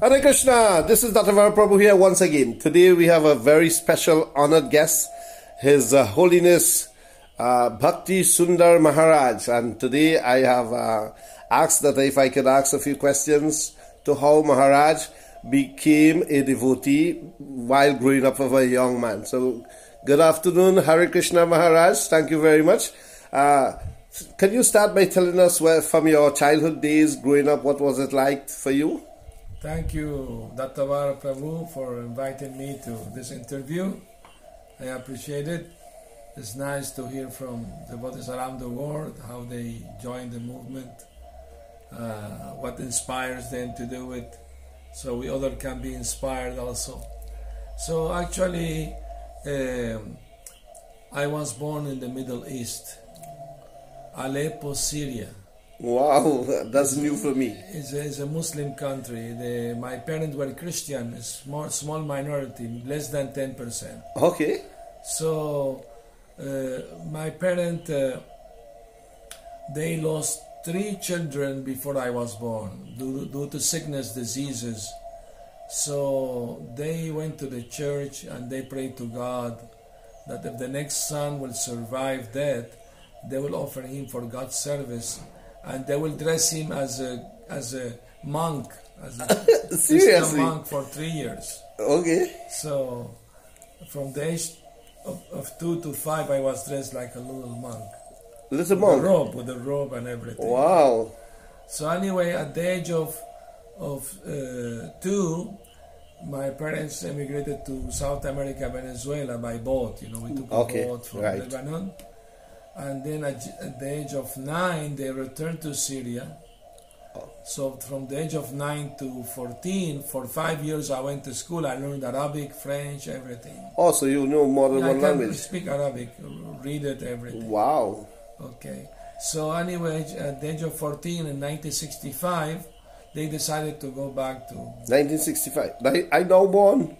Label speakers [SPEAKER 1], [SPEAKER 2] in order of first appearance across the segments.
[SPEAKER 1] Hare Krishna! This is Dr. Varaprabhu here once again. Today we have a very special honored guest, His uh, Holiness uh, Bhakti Sundar Maharaj. And today I have uh, asked that if I could ask a few questions to how Maharaj became a devotee while growing up as a young man. So, good afternoon, Hare Krishna Maharaj. Thank you very much. Uh, can you start by telling us where, from your childhood days, growing up, what was it like for you?
[SPEAKER 2] Thank you, Dattavara Prabhu, for inviting me to this interview. I appreciate it. It's nice to hear from devotees around the world how they join the movement, uh, what inspires them to do it, so we other can be inspired also. So actually, um, I was born in the Middle East, Aleppo, Syria.
[SPEAKER 1] Wow, that's new for me.
[SPEAKER 2] It's a, it's a Muslim country. The, my parents were Christian, a small, small minority, less than 10%.
[SPEAKER 1] Okay.
[SPEAKER 2] So uh, my parents, uh, they lost three children before I was born due, due to sickness, diseases. So they went to the church and they prayed to God that if the next son will survive death, they will offer him for God's service and they will dress him as a as a monk, as a
[SPEAKER 1] Seriously?
[SPEAKER 2] Christian monk for three years.
[SPEAKER 1] Okay.
[SPEAKER 2] So, from the age of, of two to five, I was dressed like a little monk,
[SPEAKER 1] Little
[SPEAKER 2] with a
[SPEAKER 1] monk.
[SPEAKER 2] robe with a robe and everything.
[SPEAKER 1] Wow.
[SPEAKER 2] So anyway, at the age of of uh, two, my parents emigrated to South America, Venezuela by boat. You know, we took a
[SPEAKER 1] Okay,
[SPEAKER 2] boat from
[SPEAKER 1] right.
[SPEAKER 2] Lebanon, and then at, at the age of nine, they returned to Syria.
[SPEAKER 1] Oh.
[SPEAKER 2] So from the age of nine to fourteen, for five years, I went to school. I learned Arabic, French, everything.
[SPEAKER 1] Oh, so you know more than
[SPEAKER 2] I
[SPEAKER 1] one
[SPEAKER 2] can
[SPEAKER 1] language.
[SPEAKER 2] speak Arabic, read it, everything.
[SPEAKER 1] Wow.
[SPEAKER 2] Okay. So anyway, at the age of 14 in 1965, they decided to go back to.
[SPEAKER 1] 1965. I, I now born.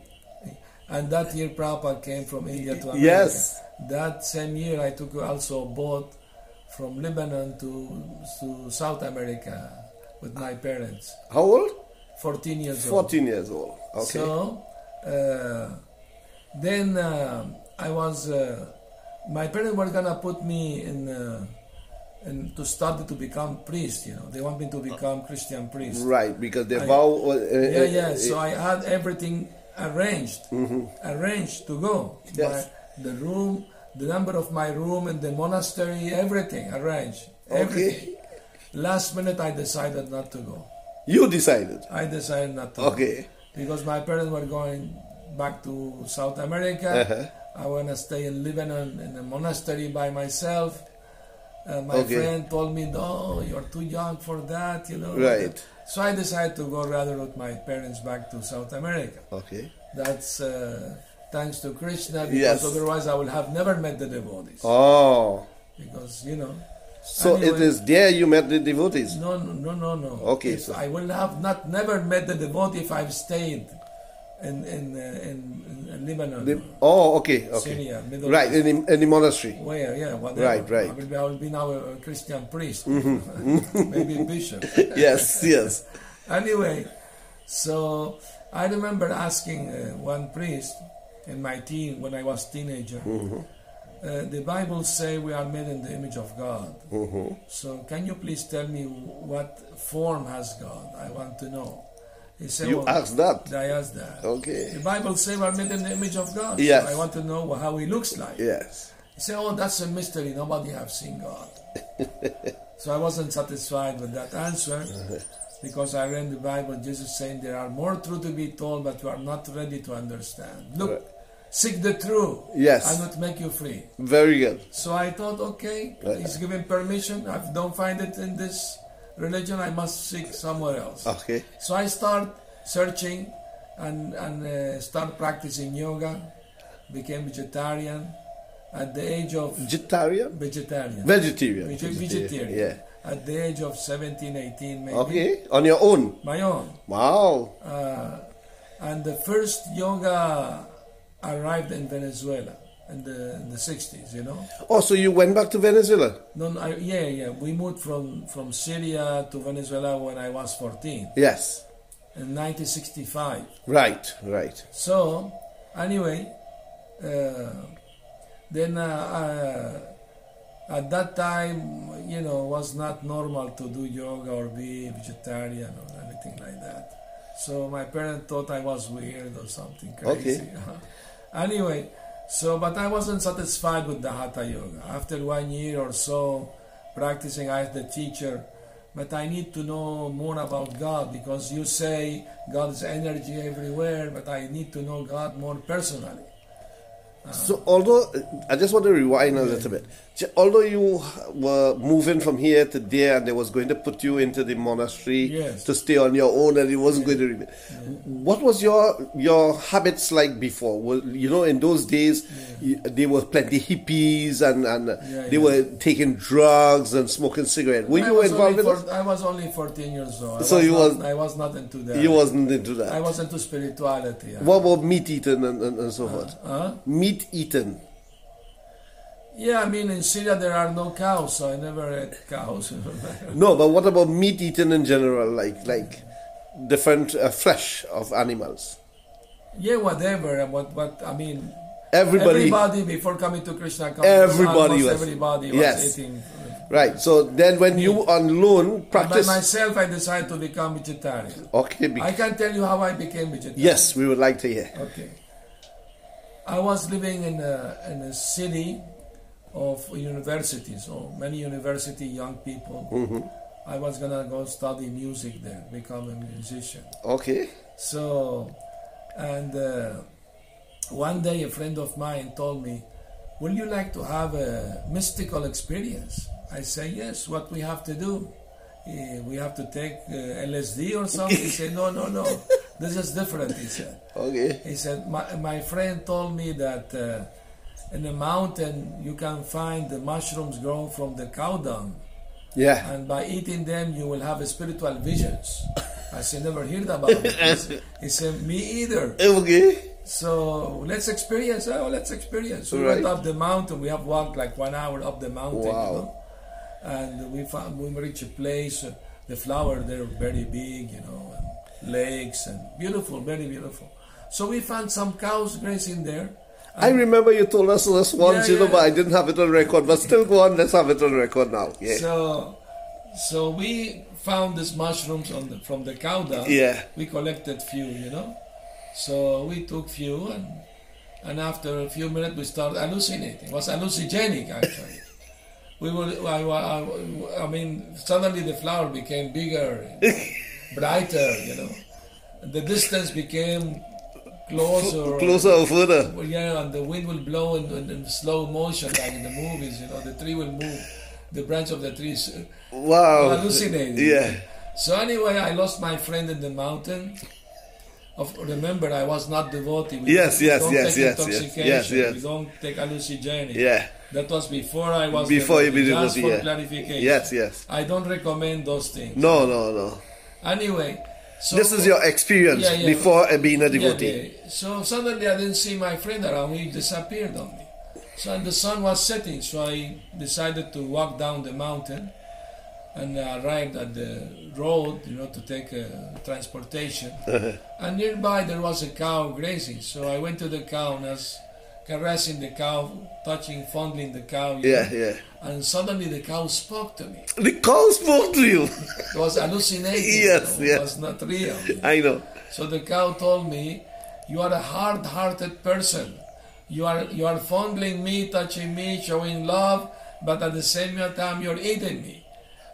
[SPEAKER 2] And that year, Prabhupada came from India to America.
[SPEAKER 1] Yes.
[SPEAKER 2] That same year, I took also a boat from Lebanon to to South America with my parents.
[SPEAKER 1] How old?
[SPEAKER 2] 14 years old.
[SPEAKER 1] 14 years old. Okay.
[SPEAKER 2] So uh, then um I was. Uh, my parents were gonna put me in. Uh, and to study to become priest, you know, they want me to
[SPEAKER 1] Uh,
[SPEAKER 2] become Christian priest.
[SPEAKER 1] right, because the
[SPEAKER 2] I-
[SPEAKER 1] vow. was- uh,
[SPEAKER 2] Yeah,
[SPEAKER 1] uh,
[SPEAKER 2] yeah.
[SPEAKER 1] uh,
[SPEAKER 2] So I had everything arranged, arranged to go.
[SPEAKER 1] Mm-hmm. Yes.
[SPEAKER 2] My, the room, the number of my room in the monastery, everything arranged.
[SPEAKER 1] Okay.
[SPEAKER 2] Everything. Last minute, I decided not to go.
[SPEAKER 1] you decided.
[SPEAKER 2] I decided not to. Go
[SPEAKER 1] Okay.
[SPEAKER 2] because my parents were going back to South America.
[SPEAKER 1] Uh-huh.
[SPEAKER 2] I want to stay in Lebanon in a monastery by myself. Uh, my
[SPEAKER 1] Okay.
[SPEAKER 2] friend told me, "No, you're too young for that," you know.
[SPEAKER 1] Right.
[SPEAKER 2] So I decided to go rather with my parents back to South America.
[SPEAKER 1] Okay.
[SPEAKER 2] That's uh, thanks to Krishna because
[SPEAKER 1] Yes.
[SPEAKER 2] otherwise I would have never met the devotees.
[SPEAKER 1] Oh.
[SPEAKER 2] Because you know,
[SPEAKER 1] So it
[SPEAKER 2] Anyway.
[SPEAKER 1] is there you met the devotees.
[SPEAKER 2] no, no, no, no. no.
[SPEAKER 1] Okay,
[SPEAKER 2] If
[SPEAKER 1] so-
[SPEAKER 2] I will have not never met the devotee if I've stayed in in uh, in, in Lebanon,
[SPEAKER 1] The- oh, okay. Okay.
[SPEAKER 2] Syria, Middle
[SPEAKER 1] Right,
[SPEAKER 2] East.
[SPEAKER 1] in the, in the monastery.
[SPEAKER 2] Where, yeah, whatever.
[SPEAKER 1] Right, right. Mm-hmm.
[SPEAKER 2] I will be, I will be now a uh, Christian priest, maybe bishop.
[SPEAKER 1] yes, yes.
[SPEAKER 2] Anyway, so I remember asking uh, one priest in my teen when I was teenager.
[SPEAKER 1] Mm-hmm.
[SPEAKER 2] Uh, the Bible say we are made in the image of God. So can you please tell me what form has God? I want to know. He said,
[SPEAKER 1] You
[SPEAKER 2] well,
[SPEAKER 1] asked that.
[SPEAKER 2] I asked that. The
[SPEAKER 1] Okay.
[SPEAKER 2] Bible say we are made in the image of God.
[SPEAKER 1] Yes.
[SPEAKER 2] So I want to know how He looks like.
[SPEAKER 1] Yes.
[SPEAKER 2] He said, oh, that's a mystery. Nobody have seen God. so I wasn't satisfied with that answer because I read the Bible, Jesus saying there are more truth to be told, but you are not ready to understand. Look,
[SPEAKER 1] Right.
[SPEAKER 2] seek the truth.
[SPEAKER 1] Yes.
[SPEAKER 2] And it make you free.
[SPEAKER 1] Very good.
[SPEAKER 2] So I thought, okay,
[SPEAKER 1] Right.
[SPEAKER 2] he's giving permission. I don't find it in this religion. I must seek somewhere else.
[SPEAKER 1] Okay.
[SPEAKER 2] So I start searching and, and uh, start practicing yoga, became vegetarian at the age of
[SPEAKER 1] Vegetarian?
[SPEAKER 2] vegetarian.
[SPEAKER 1] Vegetarian.
[SPEAKER 2] Vege- vegetarian.
[SPEAKER 1] Yeah.
[SPEAKER 2] At the age of 17, 18 maybe.
[SPEAKER 1] Okay. On your own.
[SPEAKER 2] My own.
[SPEAKER 1] Wow.
[SPEAKER 2] Uh, and the first yoga arrived in Venezuela in the, in the 60s, you know.
[SPEAKER 1] Oh, so you went back to Venezuela?
[SPEAKER 2] No, no, I, yeah, yeah. We moved from, from Syria to Venezuela when I was 14.
[SPEAKER 1] Yes.
[SPEAKER 2] in 1965.
[SPEAKER 1] Right, right.
[SPEAKER 2] So, anyway, uh, then uh, uh, at that time, you know, was not normal to do yoga or be vegetarian or anything like that. So my parents thought I was weird or something crazy.
[SPEAKER 1] Okay.
[SPEAKER 2] anyway, so but I wasn't satisfied with the hatha yoga. After one year or so practicing, I asked the teacher, "But I need to know more about God because you say God is energy everywhere, but I need to know God more personally."
[SPEAKER 1] So, although I just want to rewind a little bit, J- although you were moving from here to there, and they was going to put you into the monastery
[SPEAKER 2] Yes.
[SPEAKER 1] to stay on your own, and it wasn't going to remain. What was your your habits like before? Well, you know, in those days, you, they were plenty hippies, and and uh,
[SPEAKER 2] Yeah,
[SPEAKER 1] they
[SPEAKER 2] yeah.
[SPEAKER 1] were taking drugs and smoking cigarette. Were
[SPEAKER 2] I
[SPEAKER 1] you
[SPEAKER 2] was,
[SPEAKER 1] involved
[SPEAKER 2] only
[SPEAKER 1] in
[SPEAKER 2] four,
[SPEAKER 1] that?
[SPEAKER 2] I was only 14 years old. I
[SPEAKER 1] So
[SPEAKER 2] was
[SPEAKER 1] you
[SPEAKER 2] not,
[SPEAKER 1] was-
[SPEAKER 2] I was not into that.
[SPEAKER 1] You wasn't into that.
[SPEAKER 2] I was into spirituality. yeah.
[SPEAKER 1] What about meat eating and, and, and so
[SPEAKER 2] Uh.
[SPEAKER 1] forth?
[SPEAKER 2] Huh?
[SPEAKER 1] Meat eating.
[SPEAKER 2] Yeah, I mean, in Syria there are no cows, so I never ate cows.
[SPEAKER 1] No, but what about meat eating in general, like like different uh, flesh of animals?
[SPEAKER 2] yeah, whatever. But, but I mean,
[SPEAKER 1] Everybody,
[SPEAKER 2] everybody before coming to Krishna consciousness,
[SPEAKER 1] Everybody
[SPEAKER 2] almost
[SPEAKER 1] was-
[SPEAKER 2] everybody was
[SPEAKER 1] yes.
[SPEAKER 2] eating.
[SPEAKER 1] right? So then, when you on loan
[SPEAKER 2] By
[SPEAKER 1] practice,
[SPEAKER 2] myself, I decided to become vegetarian.
[SPEAKER 1] okay, be-
[SPEAKER 2] I can tell you how I became vegetarian.
[SPEAKER 1] yes, we would like to hear.
[SPEAKER 2] Okay. I was living in a, in a city of universities, so many university young people. I was gonna go study music there, become a musician.
[SPEAKER 1] Okay,
[SPEAKER 2] So, and uh, one day a friend of mine told me, "Would you like to have a mystical experience?" I say, "Yes." What we have to do? Eh, we have to take uh, LSD or something. He said, "No, no, no. This is different." He said.
[SPEAKER 1] okay,
[SPEAKER 2] He said, my, my friend told me that uh, in the mountain you can find the mushrooms grown from the cow dung,
[SPEAKER 1] yeah,
[SPEAKER 2] and by eating them you will have spiritual visions. I said, never heard about it. He said- He said, me either.
[SPEAKER 1] okay,
[SPEAKER 2] So let's experience. Oh, let's experience. We went
[SPEAKER 1] Right.
[SPEAKER 2] up the mountain. We have walked like one hour up the mountain.
[SPEAKER 1] Wow.
[SPEAKER 2] You know? And we found we reached a place. uh, The flower there were very big, you know, and lakes and beautiful, very beautiful. So we found some cows grazing there.
[SPEAKER 1] I remember you told us this once, you
[SPEAKER 2] Yeah,
[SPEAKER 1] know,
[SPEAKER 2] yeah.
[SPEAKER 1] but I didn't have it on record. But still, go on. Let's have it on record now. Yeah,
[SPEAKER 2] So, so we found these mushrooms on the, from the cow dung.
[SPEAKER 1] Yeah.
[SPEAKER 2] We collected few, you know. So we took few, and and after a few minutes we started hallucinating. It was hallucinogenic actually. we were, I, I, I mean, suddenly the flower became bigger, brighter, you know. The distance became closer.
[SPEAKER 1] closer or further.
[SPEAKER 2] Well, yeah, and the wind will blow in, in, in slow motion, like in the movies. You know, the tree will move, the branch of the trees uh,
[SPEAKER 1] Wow,
[SPEAKER 2] hallucinating.
[SPEAKER 1] Yeah,
[SPEAKER 2] So anyway, I lost my friend in the mountain. Of remember, I was not devotee. We
[SPEAKER 1] Yes,
[SPEAKER 2] we
[SPEAKER 1] yes,
[SPEAKER 2] don't
[SPEAKER 1] yes, yes,
[SPEAKER 2] take
[SPEAKER 1] yes,
[SPEAKER 2] intoxication.
[SPEAKER 1] yes, yes.
[SPEAKER 2] We don't take hallucinogenic.
[SPEAKER 1] yeah,
[SPEAKER 2] That was before I was
[SPEAKER 1] Before you be
[SPEAKER 2] devotee. Just
[SPEAKER 1] devotee,
[SPEAKER 2] for
[SPEAKER 1] yeah.
[SPEAKER 2] clarification.
[SPEAKER 1] yes, yes.
[SPEAKER 2] I don't recommend those things.
[SPEAKER 1] No, no, no.
[SPEAKER 2] Anyway, so
[SPEAKER 1] This is your experience
[SPEAKER 2] Yeah, yeah.
[SPEAKER 1] before uh, being a
[SPEAKER 2] yeah,
[SPEAKER 1] devotee.
[SPEAKER 2] yeah. So suddenly I didn't see my friend around. He disappeared on me. So and the sun was setting, so I decided to walk down the mountain and I arrived at the road, you know, to take uh, transportation. and nearby there was a cow grazing, so I went to the cow and I was caressing the cow, touching, fondling the cow. you
[SPEAKER 1] Yeah,
[SPEAKER 2] know.
[SPEAKER 1] yeah.
[SPEAKER 2] And suddenly the cow spoke to me.
[SPEAKER 1] The cow spoke to you.
[SPEAKER 2] It was hallucinating. you
[SPEAKER 1] Yes,
[SPEAKER 2] know,
[SPEAKER 1] yes.
[SPEAKER 2] It was not real.
[SPEAKER 1] I know.
[SPEAKER 2] So the cow told me, "You are a hard-hearted person. You are you are fondling me, touching me, showing love, but at the same time you're eating me.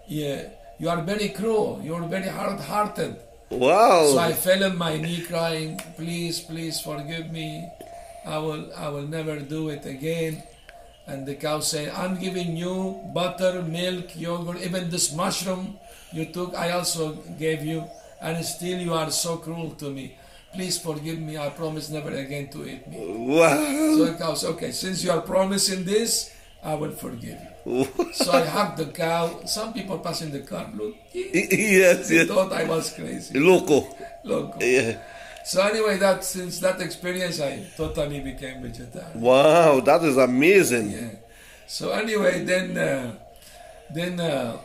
[SPEAKER 2] Yeah, you are very cruel. You are very hard-hearted."
[SPEAKER 1] Wow.
[SPEAKER 2] So I fell on my knee, crying, "Please, please forgive me. I will I will never do it again." And the cow said, "I'm giving you butter, milk, yogurt, even this mushroom you took. I also gave you, and still you are so cruel to me. Please forgive me. I promise never again to eat me."
[SPEAKER 1] wow.
[SPEAKER 2] So the cow said, "Okay, since you are promising this, I will forgive you." So I hugged the cow. Some people passing the car look,
[SPEAKER 1] yes,
[SPEAKER 2] they
[SPEAKER 1] yes.
[SPEAKER 2] thought I was crazy.
[SPEAKER 1] Loco.
[SPEAKER 2] Look.
[SPEAKER 1] Yeah.
[SPEAKER 2] So anyway, that since that experience, I totally became vegetarian.
[SPEAKER 1] Wow, that is amazing.
[SPEAKER 2] Yeah. So anyway, then uh, then uh,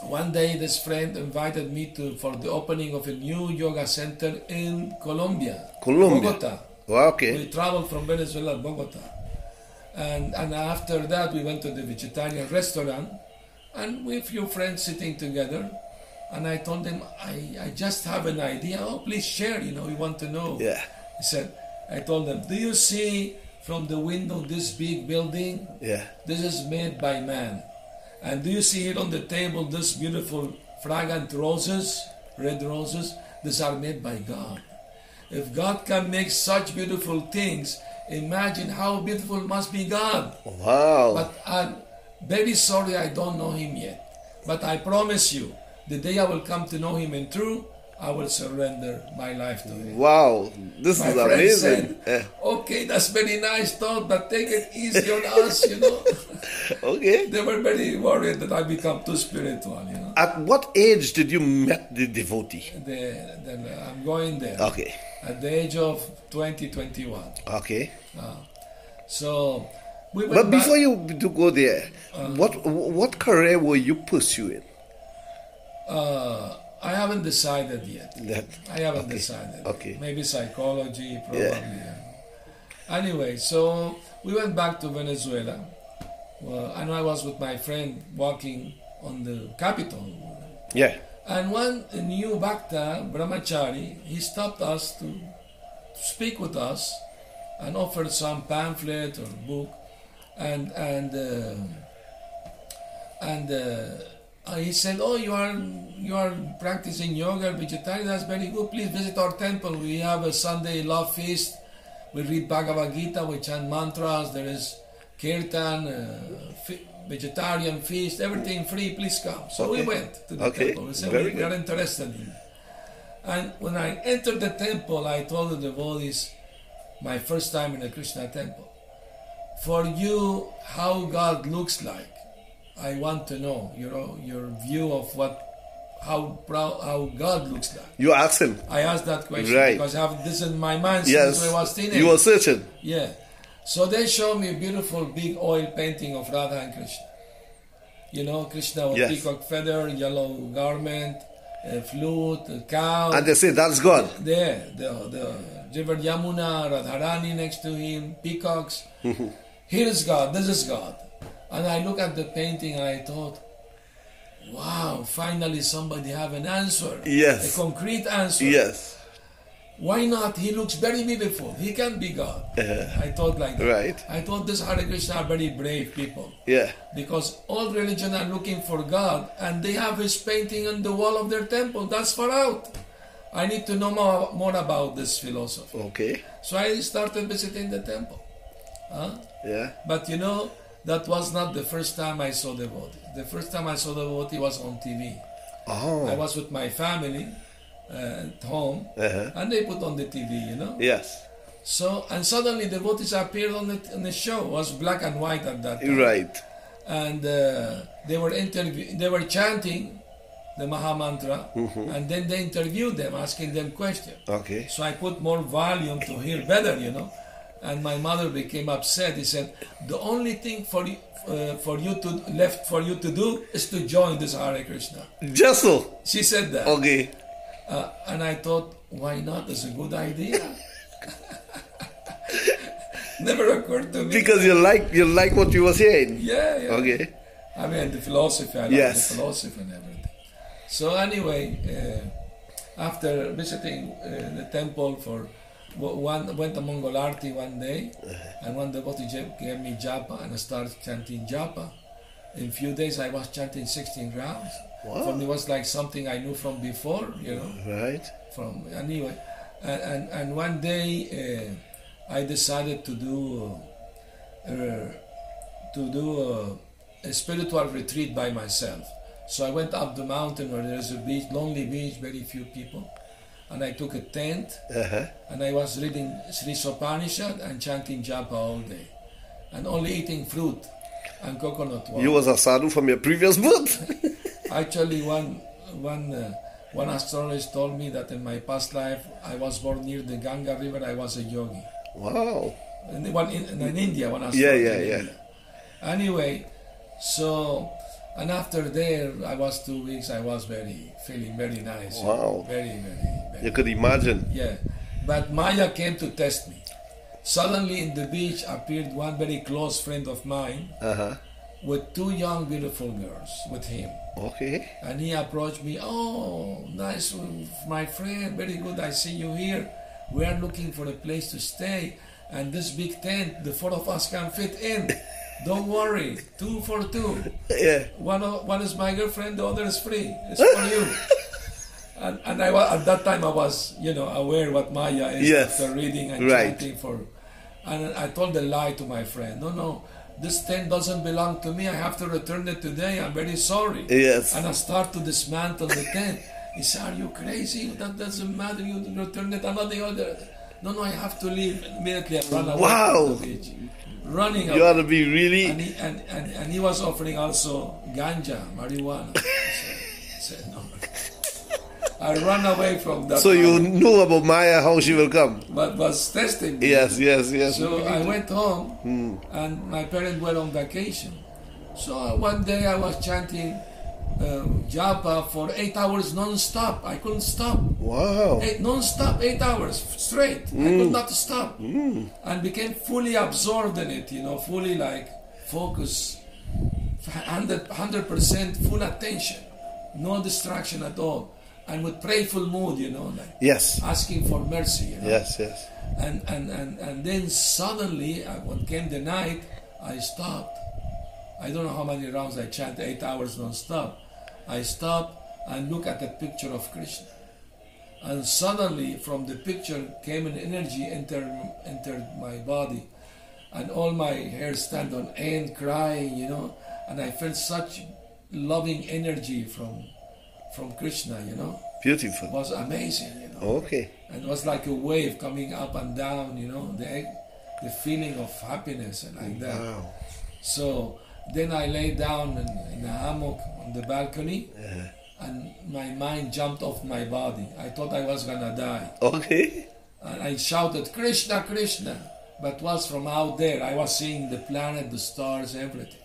[SPEAKER 2] One day, this friend invited me to for the opening of a new yoga center in Colombia,
[SPEAKER 1] Colombia.
[SPEAKER 2] Bogota.
[SPEAKER 1] Wow,
[SPEAKER 2] We
[SPEAKER 1] okay.
[SPEAKER 2] traveled from Venezuela, Bogota, and and after that we went to the vegetarian restaurant, and we few friends sitting together, and I told them I, I just have an idea. Oh, please share. You know, we want to know.
[SPEAKER 1] Yeah.
[SPEAKER 2] He said, I told them, do you see from the window this big building?
[SPEAKER 1] Yeah.
[SPEAKER 2] This is made by man. And do you see here on the table this beautiful fragrant roses, red roses? These are made by God. If God can make such beautiful things, imagine how beautiful must be God.
[SPEAKER 1] Wow.
[SPEAKER 2] But I'm very sorry I don't know him yet. But I promise you, the day I will come to know him in truth, I will surrender my life to him.
[SPEAKER 1] wow. This is
[SPEAKER 2] My friend
[SPEAKER 1] amazing.
[SPEAKER 2] said, okay, that's very nice thought, but take it easy on us, you know.
[SPEAKER 1] Yeah. Okay.
[SPEAKER 2] They were very worried that I become too spiritual, you know.
[SPEAKER 1] At what age did you met the devotee?
[SPEAKER 2] The, the, I'm going there
[SPEAKER 1] Okay.
[SPEAKER 2] at the age of 20, 21.
[SPEAKER 1] Okay.
[SPEAKER 2] So we went
[SPEAKER 1] But
[SPEAKER 2] back-
[SPEAKER 1] before you do go there, what what career were you pursuing?
[SPEAKER 2] uh, I haven't decided yet.
[SPEAKER 1] That
[SPEAKER 2] I haven't decided.
[SPEAKER 1] okay.
[SPEAKER 2] Maybe psychology, probably. yeah. Anyway, so we went back to Venezuela. Well, and I was with my friend walking on the capital,
[SPEAKER 1] yeah.
[SPEAKER 2] And one new Bhakta, Brahmachari, he stopped us to speak with us and offered some pamphlet or book. And, and, uh, and uh, he said, Oh, you are, you are practicing yoga, vegetarian, that's very good. Please visit our temple. We have a Sunday love feast. We read Bhagavad Gita, we chant mantras. There is kirtan, uh, fe- vegetarian feast, everything free. Please come. So we
[SPEAKER 1] Okay.
[SPEAKER 2] went to the
[SPEAKER 1] Okay.
[SPEAKER 2] temple. We said,
[SPEAKER 1] Very
[SPEAKER 2] we, we
[SPEAKER 1] good.
[SPEAKER 2] are interested in it. And when I entered the temple, I told the devotees, my first time in a Krishna temple, for you, how God looks like, I want to know your your view of what, how proud, how God looks like.
[SPEAKER 1] You asked him.
[SPEAKER 2] I asked that question
[SPEAKER 1] Right.
[SPEAKER 2] because I have this in my mind
[SPEAKER 1] Yes.
[SPEAKER 2] since I was teenager.
[SPEAKER 1] You were searching.
[SPEAKER 2] Yeah. So they show me a beautiful big oil painting of Radha and Krishna. You know, Krishna with
[SPEAKER 1] Yes.
[SPEAKER 2] peacock feather, yellow garment, a flute, a cow.
[SPEAKER 1] And they say that's God.
[SPEAKER 2] there, the, the river Yamuna, Radharani next to him, peacocks. Here is God, this is God. And I look at the painting and I thought, wow, finally somebody have an answer.
[SPEAKER 1] Yes.
[SPEAKER 2] A concrete answer.
[SPEAKER 1] Yes.
[SPEAKER 2] Why not? He looks very beautiful. He can be God. I thought like that.
[SPEAKER 1] Uh-huh. Right.
[SPEAKER 2] I thought this Hare Krishna are very brave people
[SPEAKER 1] Yeah.
[SPEAKER 2] because all religion are looking for God and they have his painting on the wall of their temple. That's far out. I need to know more, more about this philosophy.
[SPEAKER 1] Okay.
[SPEAKER 2] So I started visiting the temple. Huh?
[SPEAKER 1] Yeah.
[SPEAKER 2] But you know, that was not the first time I saw devotee. The first time I saw devotee was on TV. I
[SPEAKER 1] Oh.
[SPEAKER 2] was with my family uh, at home
[SPEAKER 1] Uh-huh.
[SPEAKER 2] and they put on the TV, you know.
[SPEAKER 1] Yes.
[SPEAKER 2] So and suddenly devotees appeared on the, on the show. It was black and white at that time,
[SPEAKER 1] Right.
[SPEAKER 2] and uh, they were interview. They were chanting the Maha Mantra,
[SPEAKER 1] Mm-hmm.
[SPEAKER 2] and then they interviewed them, asking them questions.
[SPEAKER 1] Okay.
[SPEAKER 2] So I put more volume to hear better, you know. And my mother became upset. He said, "The only thing for you, uh, for you to left for you to do is to join this Hare Krishna."
[SPEAKER 1] Just so.
[SPEAKER 2] She said that.
[SPEAKER 1] Okay.
[SPEAKER 2] Uh, and I thought, why not? It's a good idea. Never occurred to me.
[SPEAKER 1] Because you like you like what you was hearing.
[SPEAKER 2] yeah, yeah.
[SPEAKER 1] Okay.
[SPEAKER 2] I mean, the philosophy. I like
[SPEAKER 1] Yes.
[SPEAKER 2] the philosophy and everything. So anyway, uh, after visiting uh, the temple for w- one, went to Mongolarti one day, and one devotee ja- gave me japa, and I started chanting japa. In few days, I was chanting 16 rounds. For me, it was like something I knew from before, you know
[SPEAKER 1] Right.
[SPEAKER 2] from anyway and, and, and one day uh, I decided to do uh, uh, to do uh, a spiritual retreat by myself so I went up the mountain where there's a beach lonely beach very few people and I took a tent
[SPEAKER 1] Uh-huh.
[SPEAKER 2] and I was reading Sri Sopanishad and chanting japa all day and only eating fruit and coconut water
[SPEAKER 1] You was a sadhu from your previous birth.
[SPEAKER 2] Actually, one one uh, one astrologist told me that in my past life I was born near the Ganga River. I was a yogi.
[SPEAKER 1] wow.
[SPEAKER 2] And one in, in India, one
[SPEAKER 1] Yeah,
[SPEAKER 2] astrologist.
[SPEAKER 1] yeah,
[SPEAKER 2] in
[SPEAKER 1] yeah.
[SPEAKER 2] India. Anyway, so And after there, I was two weeks. I was very feeling very nice.
[SPEAKER 1] Wow.
[SPEAKER 2] Very, very,
[SPEAKER 1] You
[SPEAKER 2] very.
[SPEAKER 1] could imagine.
[SPEAKER 2] Yeah. But Maya came to test me. Suddenly, in the beach appeared one very close friend of mine
[SPEAKER 1] Uh huh.
[SPEAKER 2] with two young, beautiful girls with him.
[SPEAKER 1] Okay.
[SPEAKER 2] And he approached me. Oh, nice, my friend. Very good. I see you here. We are looking for a place to stay. And this big tent, the four of us can fit in. Don't worry. Two for two.
[SPEAKER 1] Yeah.
[SPEAKER 2] One, o- one is my girlfriend, the other is free. It's for you. And, and I was, at that time I was, you know, aware what Maya is
[SPEAKER 1] Yes.
[SPEAKER 2] after reading and
[SPEAKER 1] Right.
[SPEAKER 2] chanting for. And I told the lie to my friend. No, no, this tent doesn't belong to me. I have to return it today. I'm very sorry.
[SPEAKER 1] Yes.
[SPEAKER 2] And I start to dismantle the tent. He said, "Are you crazy? That doesn't matter. You return it another order." No, no, I have to leave immediately. I run away.
[SPEAKER 1] Wow.
[SPEAKER 2] From the beach. Running
[SPEAKER 1] You
[SPEAKER 2] away.
[SPEAKER 1] ought to be
[SPEAKER 2] And
[SPEAKER 1] really.
[SPEAKER 2] he, and, and, and he was offering also ganja, marijuana. I said, no. I ran away from that.
[SPEAKER 1] So you knew about Maya, how she will come.
[SPEAKER 2] But was testing. me.
[SPEAKER 1] Yes, yes, yes.
[SPEAKER 2] So uh, I went home, and my parents were on vacation. So one day I was chanting uh, japa for eight hours non-stop. I couldn't stop.
[SPEAKER 1] Wow.
[SPEAKER 2] Eight, non-stop, eight hours f- straight. I could not stop, and became fully absorbed in it. You know, fully like focus, hundred percent full attention, no distraction at all, and with prayerful mood. You know, like
[SPEAKER 1] Yes.
[SPEAKER 2] asking for mercy. You know?
[SPEAKER 1] Yes, yes.
[SPEAKER 2] and, and, and, and then suddenly, uh, when came the night, I stopped. I don't know how many rounds I chanted, eight hours non-stop. I stopped and looked at the picture of Krishna. And suddenly, from the picture came an energy entered, entered my body. And all my hair stand on end, crying, you know. And I felt such loving energy from, from Krishna, you know. It
[SPEAKER 1] Beautiful.
[SPEAKER 2] was amazing, you know.
[SPEAKER 1] Okay.
[SPEAKER 2] And it was like a wave coming up and down, you know, the, the feeling of happiness and like that.
[SPEAKER 1] Wow.
[SPEAKER 2] So then I lay down in, in a hammock on the balcony
[SPEAKER 1] Uh,
[SPEAKER 2] and my mind jumped off my body. I thought I was gonna die.
[SPEAKER 1] okay.
[SPEAKER 2] And I shouted, Krishna, Krishna. But was from out there. I was seeing the planet, the stars, everything.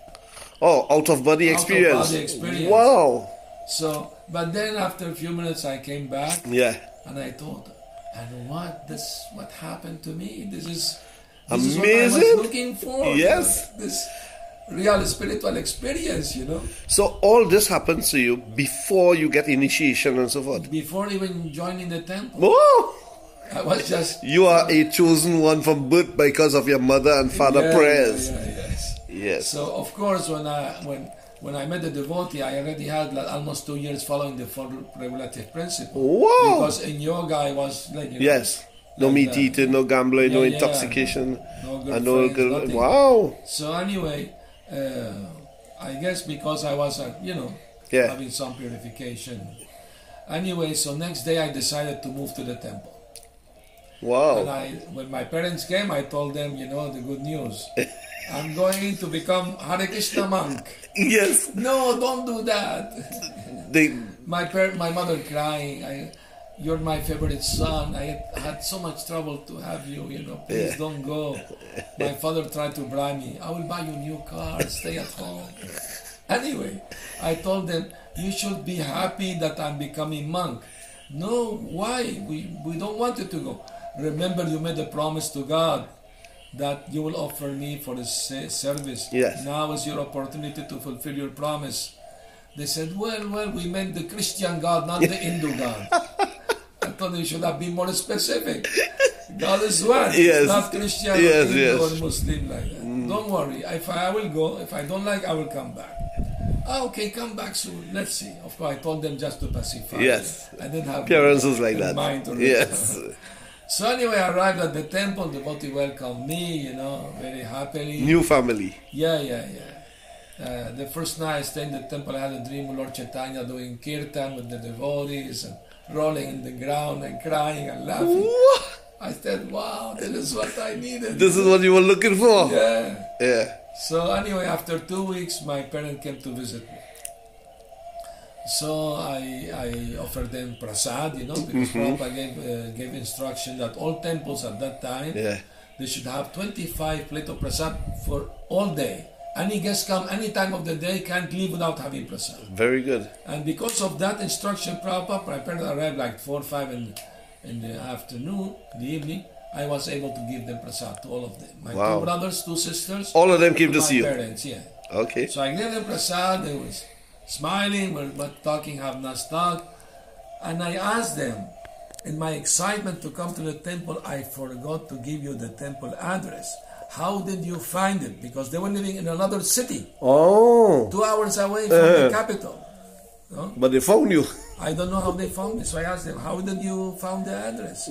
[SPEAKER 1] Oh, out of body
[SPEAKER 2] Out of
[SPEAKER 1] experience.
[SPEAKER 2] body experience.
[SPEAKER 1] Wow.
[SPEAKER 2] So, but then after a few minutes, I came back
[SPEAKER 1] Yeah.
[SPEAKER 2] and I thought, and what this what happened to me? This is This is what I
[SPEAKER 1] Amazing.
[SPEAKER 2] was looking for.
[SPEAKER 1] Yes.
[SPEAKER 2] this real spiritual experience, you know,
[SPEAKER 1] So all this happens to you before you get initiation and so forth.
[SPEAKER 2] before even joining the temple,
[SPEAKER 1] Oh,
[SPEAKER 2] I was just
[SPEAKER 1] you are a chosen one from birth because of your mother and father
[SPEAKER 2] Yeah,
[SPEAKER 1] prayers.
[SPEAKER 2] yeah, yeah, yes.
[SPEAKER 1] Yes.
[SPEAKER 2] So of course, when I when when I met the devotee, I already had like almost two years following the four regulative principle.
[SPEAKER 1] Wow.
[SPEAKER 2] Because in yoga, I was like you know,
[SPEAKER 1] Oh. yes. No
[SPEAKER 2] Like
[SPEAKER 1] meat
[SPEAKER 2] that.
[SPEAKER 1] eating, no gambling, no
[SPEAKER 2] Yeah, yeah.
[SPEAKER 1] intoxication,
[SPEAKER 2] No
[SPEAKER 1] and no
[SPEAKER 2] girlfriends,
[SPEAKER 1] girl.
[SPEAKER 2] nothing.
[SPEAKER 1] Wow.
[SPEAKER 2] So anyway, uh, I guess because I was, uh, you know,
[SPEAKER 1] Yeah.
[SPEAKER 2] having some purification. Anyway, so next day I decided to move to the temple. And uh,
[SPEAKER 1] Wow.
[SPEAKER 2] I, when my parents came, I told them, you know, the good news. I'm going to become Hare Krishna monk.
[SPEAKER 1] Yes.
[SPEAKER 2] No, don't do that.
[SPEAKER 1] They.
[SPEAKER 2] My par- my mother crying. I, you're my favorite son. I had, had so much trouble to have you. You know, please
[SPEAKER 1] Yeah.
[SPEAKER 2] don't go. My father tried to bribe me. I will buy you a new car. Stay at home. Anyway, I told them you should be happy that I'm becoming monk. No, why? We we don't want you to go. Remember, you made a promise to God that you will offer me for the se- service.
[SPEAKER 1] Yes.
[SPEAKER 2] Now is your opportunity to fulfill your promise. They said, well, well, we meant the Christian God, not the Hindu God. I thought you should have been more specific. God is one,
[SPEAKER 1] Yes.
[SPEAKER 2] not Christian, or
[SPEAKER 1] Yes,
[SPEAKER 2] Hindu,
[SPEAKER 1] yes. Mm.
[SPEAKER 2] or Muslim like that. Don't worry. If I, I will go, if I don't like, I will come back. "Ah, okay, come back soon. Let's see. Of course, I told them just to pacify.
[SPEAKER 1] Yes.
[SPEAKER 2] I didn't have
[SPEAKER 1] Appearances like
[SPEAKER 2] in
[SPEAKER 1] that.
[SPEAKER 2] Mind or
[SPEAKER 1] Yes.
[SPEAKER 2] so anyway, I arrived at the temple. The devotee welcomed me, you know, very happily.
[SPEAKER 1] New family.
[SPEAKER 2] Yeah, yeah, yeah. Uh, the first night I stayed in the temple, I had a dream of Lord Chaitanya doing kirtan with the devotees and rolling in the ground and crying and laughing.
[SPEAKER 1] What?
[SPEAKER 2] I said, wow, this is what I needed.
[SPEAKER 1] This is what you were looking for.
[SPEAKER 2] yeah.
[SPEAKER 1] Yeah.
[SPEAKER 2] So anyway, after two weeks, my parents came to visit me. So I, I offered them prasad, you know, because
[SPEAKER 1] Mm-hmm.
[SPEAKER 2] Prabhupada gave, uh, gave instruction that all temples at that time,
[SPEAKER 1] Yeah.
[SPEAKER 2] they should have 25 plate of prasad for all day, Any guest come any time of the day can't leave without having prasad.
[SPEAKER 1] Very good.
[SPEAKER 2] And because of that instruction, Prabhupada, my parents arrived like 4 or 5 in, in the afternoon, in the evening. I was able to give them prasad to all of them. My
[SPEAKER 1] Wow.
[SPEAKER 2] two brothers, two sisters.
[SPEAKER 1] All of them came to
[SPEAKER 2] my
[SPEAKER 1] see you.
[SPEAKER 2] parents, yeah.
[SPEAKER 1] Okay.
[SPEAKER 2] So I gave them prasad. They was smiling, were but talking, have not talk. And I asked them, in my excitement to come to the temple, I forgot to give you the temple address. How did you find it? Because they were living in another city,
[SPEAKER 1] Oh,
[SPEAKER 2] two hours away from the capital.
[SPEAKER 1] but they found you.
[SPEAKER 2] I don't know how they found it. So I asked them, how did you found the address?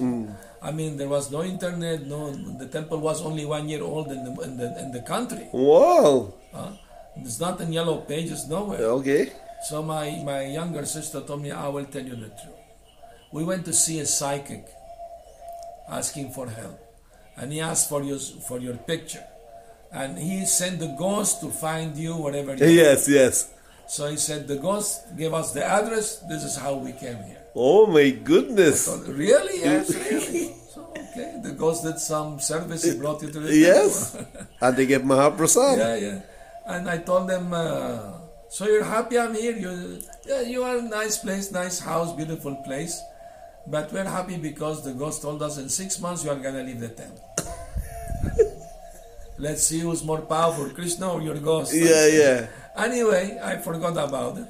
[SPEAKER 2] I mean, there was no internet. No, the temple was only one year old in the in the, in the country.
[SPEAKER 1] Wow.
[SPEAKER 2] huh? It's not in yellow pages nowhere.
[SPEAKER 1] Okay.
[SPEAKER 2] So my, my younger sister told me, I will tell you the truth. We went to see a psychic asking for help. And he asked for your, for your picture. And he sent the ghost to find you wherever you
[SPEAKER 1] Yes, yes.
[SPEAKER 2] So he said, the ghost gave us the address. This is how we came here.
[SPEAKER 1] Oh my goodness.
[SPEAKER 2] So, really? Yes, really. So, okay. The ghost did some service. He brought you to the
[SPEAKER 1] Yes.
[SPEAKER 2] temple.
[SPEAKER 1] And they gave Mahaprasad.
[SPEAKER 2] yeah, yeah. And I told them, uh, so you're happy I'm here. You, yeah, you are a nice place, nice house, beautiful place. But we're happy because the ghost told us in six months you are gonna leave the temple. Let's see who's more powerful, Krishna or your ghost.
[SPEAKER 1] Yeah, yeah.
[SPEAKER 2] Anyway, I forgot about it.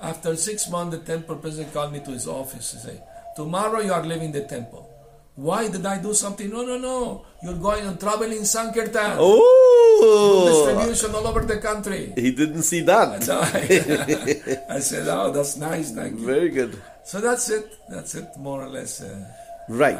[SPEAKER 2] After six months, the temple president called me to his office and said, Tomorrow you are leaving the temple. Why did I do something? No, no, no. You're going on travel in Sankirtan.
[SPEAKER 1] Oh.
[SPEAKER 2] Distribution all over the country.
[SPEAKER 1] He didn't see that.
[SPEAKER 2] So I, I said, Oh, that's nice. Thank you.
[SPEAKER 1] Very good.
[SPEAKER 2] So that's it. That's it, more or less. Uh,
[SPEAKER 1] Right.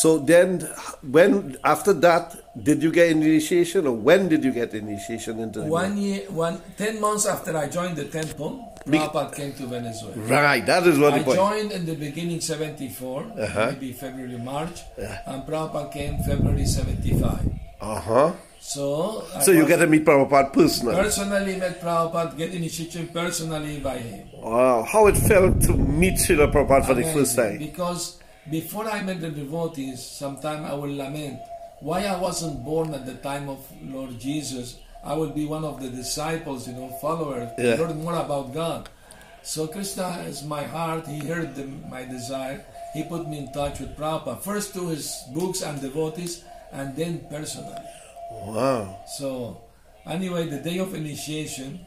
[SPEAKER 1] So then, when after that, did you get initiation, or when did you get initiation into the
[SPEAKER 2] one year, one, ten months after I joined the temple, Prabhupada came to Venezuela.
[SPEAKER 1] Right. That is what
[SPEAKER 2] I
[SPEAKER 1] the point. Uh-huh.
[SPEAKER 2] joined in the beginning 74, maybe February, March, and Prabhupada came February 75.
[SPEAKER 1] Uh huh.
[SPEAKER 2] So, I
[SPEAKER 1] So you
[SPEAKER 2] was-
[SPEAKER 1] get to meet Prabhupada personally.
[SPEAKER 2] personally met Prabhupada, get initiated personally by him.
[SPEAKER 1] Wow. How it felt to meet Srila Prabhupada for the first time.
[SPEAKER 2] Amazing. Because before I met the devotees, sometime I will lament why I wasn't born at the time of Lord Jesus. I will be one of the disciples, you know, followers,
[SPEAKER 1] Yeah.
[SPEAKER 2] learn more about God. So Krishna is my heart. He heard the, my desire. He put me in touch with Prabhupada, first through his books and devotees, and then personally.
[SPEAKER 1] Wow.
[SPEAKER 2] So, anyway, the day of initiation,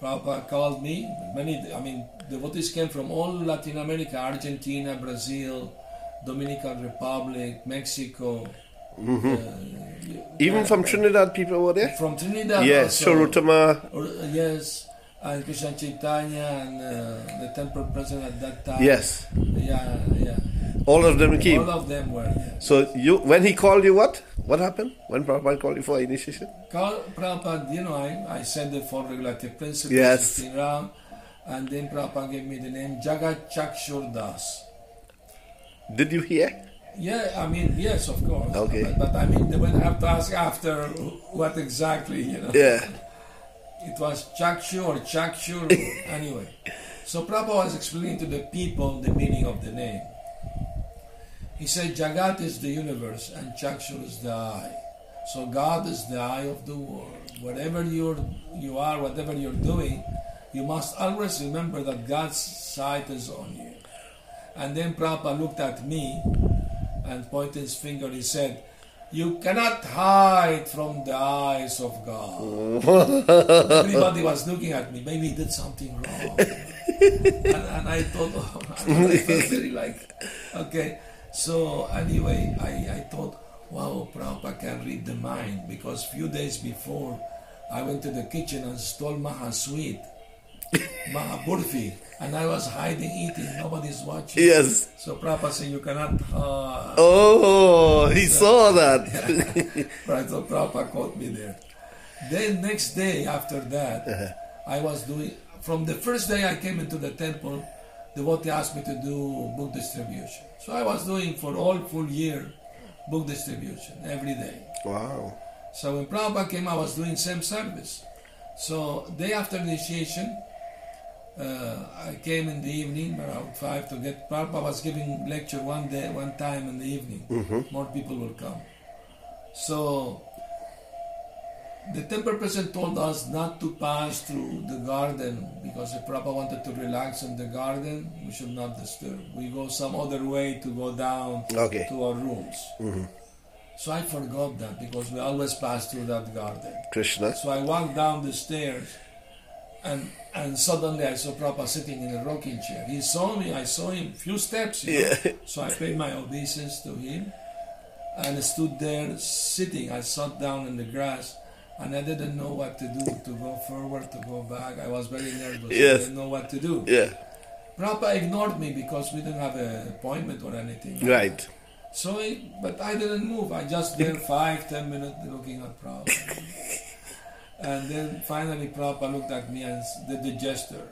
[SPEAKER 2] Prabhupada called me. Many, I mean, devotees came from all Latin America, Argentina, Brazil, Dominican Republic, Mexico. uh,
[SPEAKER 1] Mm-hmm. Even
[SPEAKER 2] uh,
[SPEAKER 1] from Trinidad, people were there.
[SPEAKER 2] from Trinidad.
[SPEAKER 1] Yes.
[SPEAKER 2] also.
[SPEAKER 1] Shorotama.
[SPEAKER 2] Or, uh, yes, and Krishna Chaitanya and uh, the temple president at that time.
[SPEAKER 1] Yes.
[SPEAKER 2] Yeah, yeah.
[SPEAKER 1] All of them came.
[SPEAKER 2] All of them were there.
[SPEAKER 1] So you, when he called you, what? What happened when Prabhupada called you for initiation?
[SPEAKER 2] Call Prabhupada, you know, I, I said the four regulative principles,
[SPEAKER 1] Yes.
[SPEAKER 2] 16 Ram, and then Prabhupada gave me the name Jagat Chakshur Das.
[SPEAKER 1] Did you hear?
[SPEAKER 2] Yeah, I mean, yes, of course.
[SPEAKER 1] Okay.
[SPEAKER 2] But, but I mean, they will have to ask after what exactly, you know.
[SPEAKER 1] Yeah.
[SPEAKER 2] It was Chakshu or Chakshur, anyway. So Prabhupada was explaining to the people the meaning of the name. He said, Jagat is the universe and Chakshur is the eye. So God is the eye of the world. Whatever you're, you are, whatever you're doing, you must always remember that God's sight is on you. And then Prabhupada looked at me and pointed his finger. He said, You cannot hide from the eyes of God. Everybody was looking at me. Maybe he did something wrong. and, and I thought, oh, I felt very like, okay. So anyway, I, I thought, wow, Prabhupada can read the mind because few days before, I went to the kitchen and stole Maha sweet, Maha burfi, and I was hiding eating. Nobody's watching.
[SPEAKER 1] Yes.
[SPEAKER 2] So Prabhupada said, you cannot. Uh,
[SPEAKER 1] Oh, he saw that.
[SPEAKER 2] Right, so Prabhupada caught me there. Then next day after that, I was doing from the first day I came into the temple, devotee asked me to do book distribution. So I was doing for all full year book distribution every day.
[SPEAKER 1] wow.
[SPEAKER 2] So when Prabhupada came, I was doing same service. So day after initiation, uh, I came in the evening around five to get Prabhupada was giving lecture one day, one time
[SPEAKER 1] Mm-hmm.
[SPEAKER 2] in the evening. More people will come. So The temple president told us not to pass through the garden because if Prabhupada wanted to relax in the garden, we should not disturb. We go some other way to go down
[SPEAKER 1] Okay.
[SPEAKER 2] to our rooms. So I forgot that because we always pass through that garden.
[SPEAKER 1] Krishna.
[SPEAKER 2] So I walked down the stairs and and suddenly I saw Prabhupada sitting in a rocking chair. He saw me, I saw him, few steps. you know.
[SPEAKER 1] Yeah.
[SPEAKER 2] So I paid my obeisance to him and I stood there sitting. I sat down in the grass and I didn't know what to do to go forward, to go back. I was very nervous. I
[SPEAKER 1] Yes.
[SPEAKER 2] didn't know what to do.
[SPEAKER 1] Yeah.
[SPEAKER 2] Prabhupada ignored me because we didn't have an appointment or anything.
[SPEAKER 1] Right.
[SPEAKER 2] So, I, but I didn't move. I just there five, ten minutes looking at Prabhupada. and then finally Prabhupada looked at me and s- did the gesture.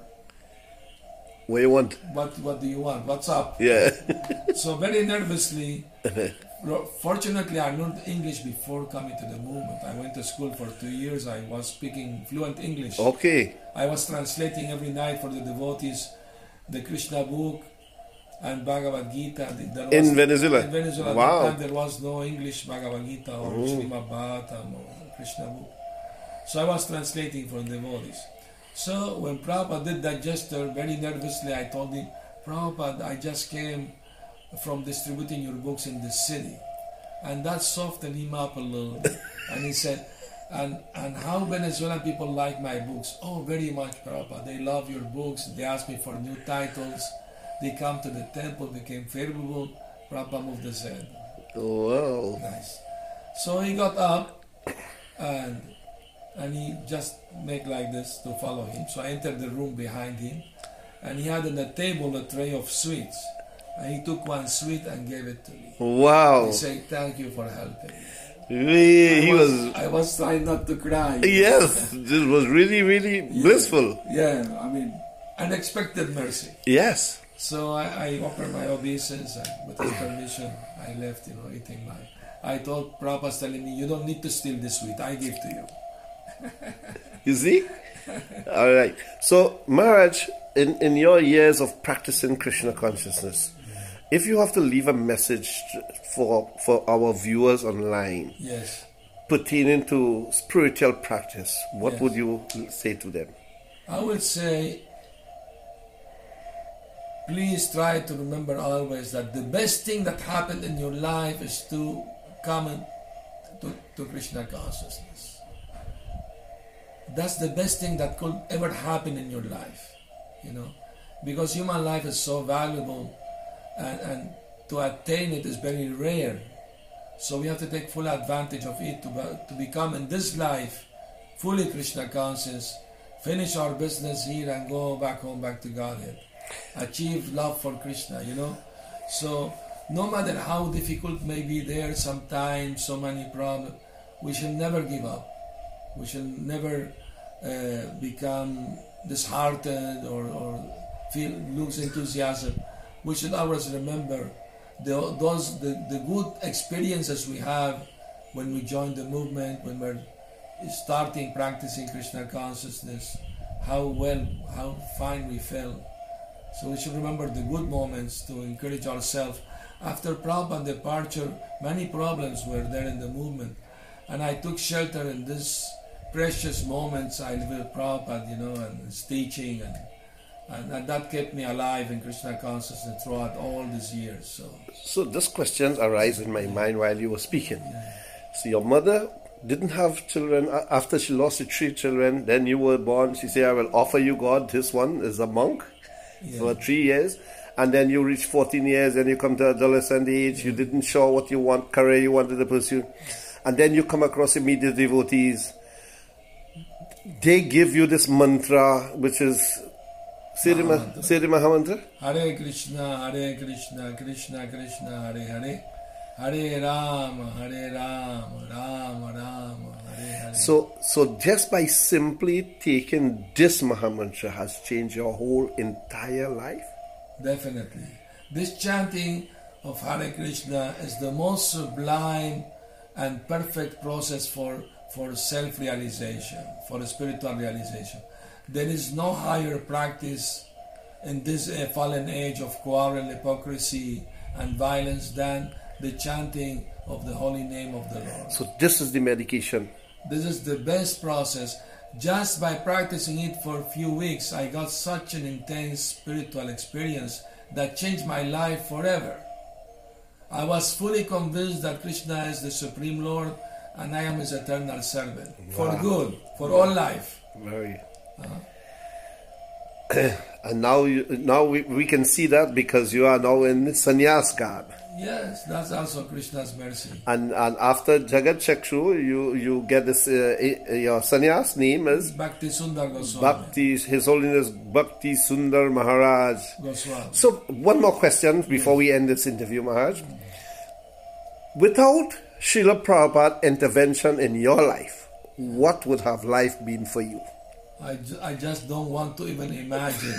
[SPEAKER 1] What you want?
[SPEAKER 2] What, what do you want? What's up?
[SPEAKER 1] Yeah.
[SPEAKER 2] So very nervously, ro- fortunately I learned English before coming to the movement. I went to school for two years. I was speaking fluent English.
[SPEAKER 1] okay.
[SPEAKER 2] I was translating every night for the devotees the Krishna book and Bhagavad Gita. There was-
[SPEAKER 1] In Venezuela.
[SPEAKER 2] in Venezuela, at that
[SPEAKER 1] Wow.
[SPEAKER 2] time, there was no English Bhagavad Gita or Srimad Bhagavatam or Krishna book. So I was translating for devotees. So when Prabhupada did that gesture, very nervously, I told him, Prabhupada, I just came from distributing your books in the city. And that softened him up a little bit. and he said, and, and how Venezuelan people like my books? Oh, very much, Prabhupada. They love your books. They ask me for new titles. They come to the temple, became favorable. Prabhupada moved his head.
[SPEAKER 1] Wow.
[SPEAKER 2] Nice. So he got up and and he just made like this to follow him. So I entered the room behind him and he had on the table a tray of sweets. And he took one sweet and gave it to me.
[SPEAKER 1] Wow.
[SPEAKER 2] He said, Thank you for helping.
[SPEAKER 1] Oh. He, he
[SPEAKER 2] I
[SPEAKER 1] was.
[SPEAKER 2] I was trying not to cry.
[SPEAKER 1] Yes. This was really, really blissful.
[SPEAKER 2] Yeah, I mean unexpected mercy.
[SPEAKER 1] Yes.
[SPEAKER 2] So I, I offered my obeisance and with his permission I left, you know, eating my I thought Prabhupada's telling me you don't need to steal this sweet, I give to you.
[SPEAKER 1] You see? All right. So, Maharaj, in, in your years of practicing Krishna consciousness, if you have to leave a message for, for our viewers online
[SPEAKER 2] Yes.
[SPEAKER 1] pertaining to spiritual practice, what
[SPEAKER 2] Yes.
[SPEAKER 1] would you say to them?
[SPEAKER 2] I would say, please try to remember always that the best thing that happened in your life is to come in- to, to Krishna consciousness. That's the best thing that could ever happen in your life, you know, because human life is so valuable and, and to attain it is very rare. So we have to take full advantage of it to, be- to become in this life fully Krishna conscious finish our business here and go back home, back to Godhead. Achieve love for Krishna, you know. So, no matter how difficult may be there, sometimes so many problems, we should never give up. We should never uh, become disheartened or, or feel lose enthusiasm. We should always remember the, those the, the good experiences we have when we join the movement, when we're starting practicing Krishna consciousness, how well, how fine we fell. So we should remember the good moments to encourage ourselves. After Prabhupada's departure, many problems were there in the movement. And I took shelter in this precious moments I lived with Prabhupada, you know, and his teaching. And, and, and that kept me alive in Krishna consciousness throughout all these years. So,
[SPEAKER 1] So, this question arose in my mind while you were speaking. So, your mother didn't have children A- after she lost her three children, then you were born. She said, I will offer you God. This one is a monk.
[SPEAKER 2] yeah.
[SPEAKER 1] for three years, and then you reach 14 years, and you come to adolescent age. You didn't sure what you want, career you wanted to pursue, and then you come across immediate devotees. They give you this mantra, which is Siddhi Ma- Siddhi Mahamantra.
[SPEAKER 2] Hare Krishna, Hare Krishna, Krishna Krishna, Hare Hare, Hare Rama, Hare Rama, Rama Rama, Hare Hare.
[SPEAKER 1] So, so just by simply taking this Mahamantra has changed your whole entire life.
[SPEAKER 2] Definitely. This chanting of Hare Krishna is the most sublime and perfect process for, for self realization, for spiritual realization. There is no higher practice in this uh, fallen age of quarrel, hypocrisy, and violence than the chanting of the holy name of the Lord.
[SPEAKER 1] So, this is the medication.
[SPEAKER 2] This is the best process. Just by practicing it for a few weeks, I got such an intense spiritual experience that changed my life forever. I was fully convinced that Krishna is the Supreme Lord and I am his eternal servant. For
[SPEAKER 1] Wow.
[SPEAKER 2] good, for all life.
[SPEAKER 1] Very. Uh, and now, you, now we, we can see that because you are now in sannyas garb.
[SPEAKER 2] Yes, that's also Krishna's mercy.
[SPEAKER 1] And, and after Jagat Chakshu, you, you get this, uh, i- your sannyas name is
[SPEAKER 2] Bhakti Sundar Goswami.
[SPEAKER 1] Bhakti, His Holiness Bhakti Sundar Maharaj.
[SPEAKER 2] Goswami.
[SPEAKER 1] So, one more question before we end this interview, Maharaj. Without Srila Prabhupada intervention in your life, what would have life been for you?
[SPEAKER 2] I, ju- I just don't want to even imagine.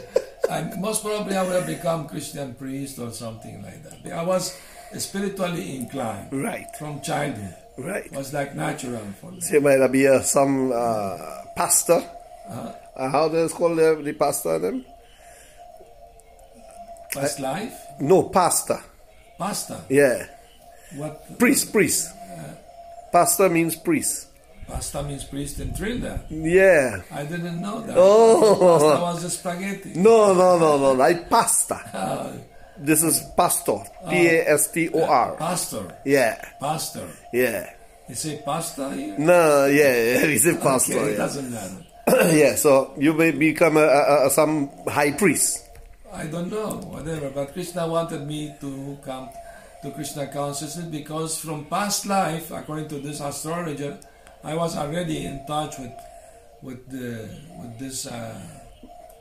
[SPEAKER 2] I, most probably I would have become Christian priest or something like that. I was spiritually inclined
[SPEAKER 1] Right,
[SPEAKER 2] from childhood.
[SPEAKER 1] right.
[SPEAKER 2] It was like natural for me.
[SPEAKER 1] Say might be uh, some uh, pastor. Uh, how do they call the, the pastor them?
[SPEAKER 2] Past life,
[SPEAKER 1] No, pastor.
[SPEAKER 2] pastor.
[SPEAKER 1] Yeah,
[SPEAKER 2] What
[SPEAKER 1] priest, priest. Pastor means priest.
[SPEAKER 2] pasta means priest in Trinidad?
[SPEAKER 1] Yeah.
[SPEAKER 2] I didn't know that.
[SPEAKER 1] Oh.
[SPEAKER 2] pasta was a spaghetti.
[SPEAKER 1] No, no, no, no. Like pastor.
[SPEAKER 2] Uh,
[SPEAKER 1] This is pastor. P A S T O R.
[SPEAKER 2] pastor,
[SPEAKER 1] Yeah,
[SPEAKER 2] pastor.
[SPEAKER 1] yeah.
[SPEAKER 2] You say pasta here?
[SPEAKER 1] No, yeah, yeah. He's a pastor.
[SPEAKER 2] Okay, it
[SPEAKER 1] yeah.
[SPEAKER 2] doesn't matter.
[SPEAKER 1] yeah. So you may become a, a, a, some high priest.
[SPEAKER 2] I don't know, whatever. But Krishna wanted me to come to Krishna consciousness because from past life, according to this astrologer, I was already in touch with with the with this uh,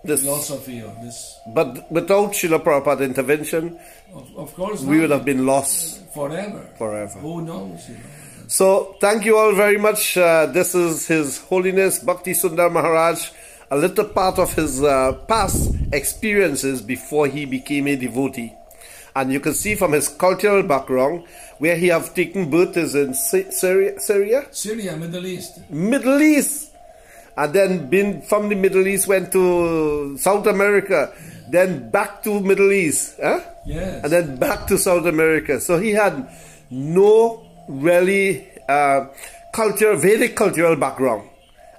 [SPEAKER 1] This,
[SPEAKER 2] philosophy of this.
[SPEAKER 1] but without Srila Prabhupada intervention,
[SPEAKER 2] Of, of course,
[SPEAKER 1] we
[SPEAKER 2] not
[SPEAKER 1] would have been lost
[SPEAKER 2] forever.
[SPEAKER 1] forever.
[SPEAKER 2] Who knows? You know?
[SPEAKER 1] So, thank you all very much. Uh, this is His Holiness Bhakti Sundar Maharaj, a little part of his uh, past experiences before he became a devotee. And you can see from his cultural background, where he have taken birth is in Sy- Syria, Syria,
[SPEAKER 2] Syria, Middle East.
[SPEAKER 1] Middle East, and then been from the Middle East went to South America, then back to Middle East. Huh?
[SPEAKER 2] Yes.
[SPEAKER 1] and then back to South America. So he had no really uh, culture, Vedic cultural background,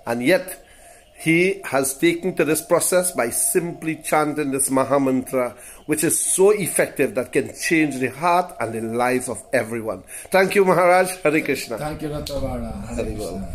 [SPEAKER 1] and yet he has taken to this process by simply chanting this Maha Mantra, which is so effective that can change the heart and the lives of everyone. Thank you, Maharaj. Hare Krishna.
[SPEAKER 2] Thank you, Ratavara. Hare
[SPEAKER 1] Very well.
[SPEAKER 2] Krishna.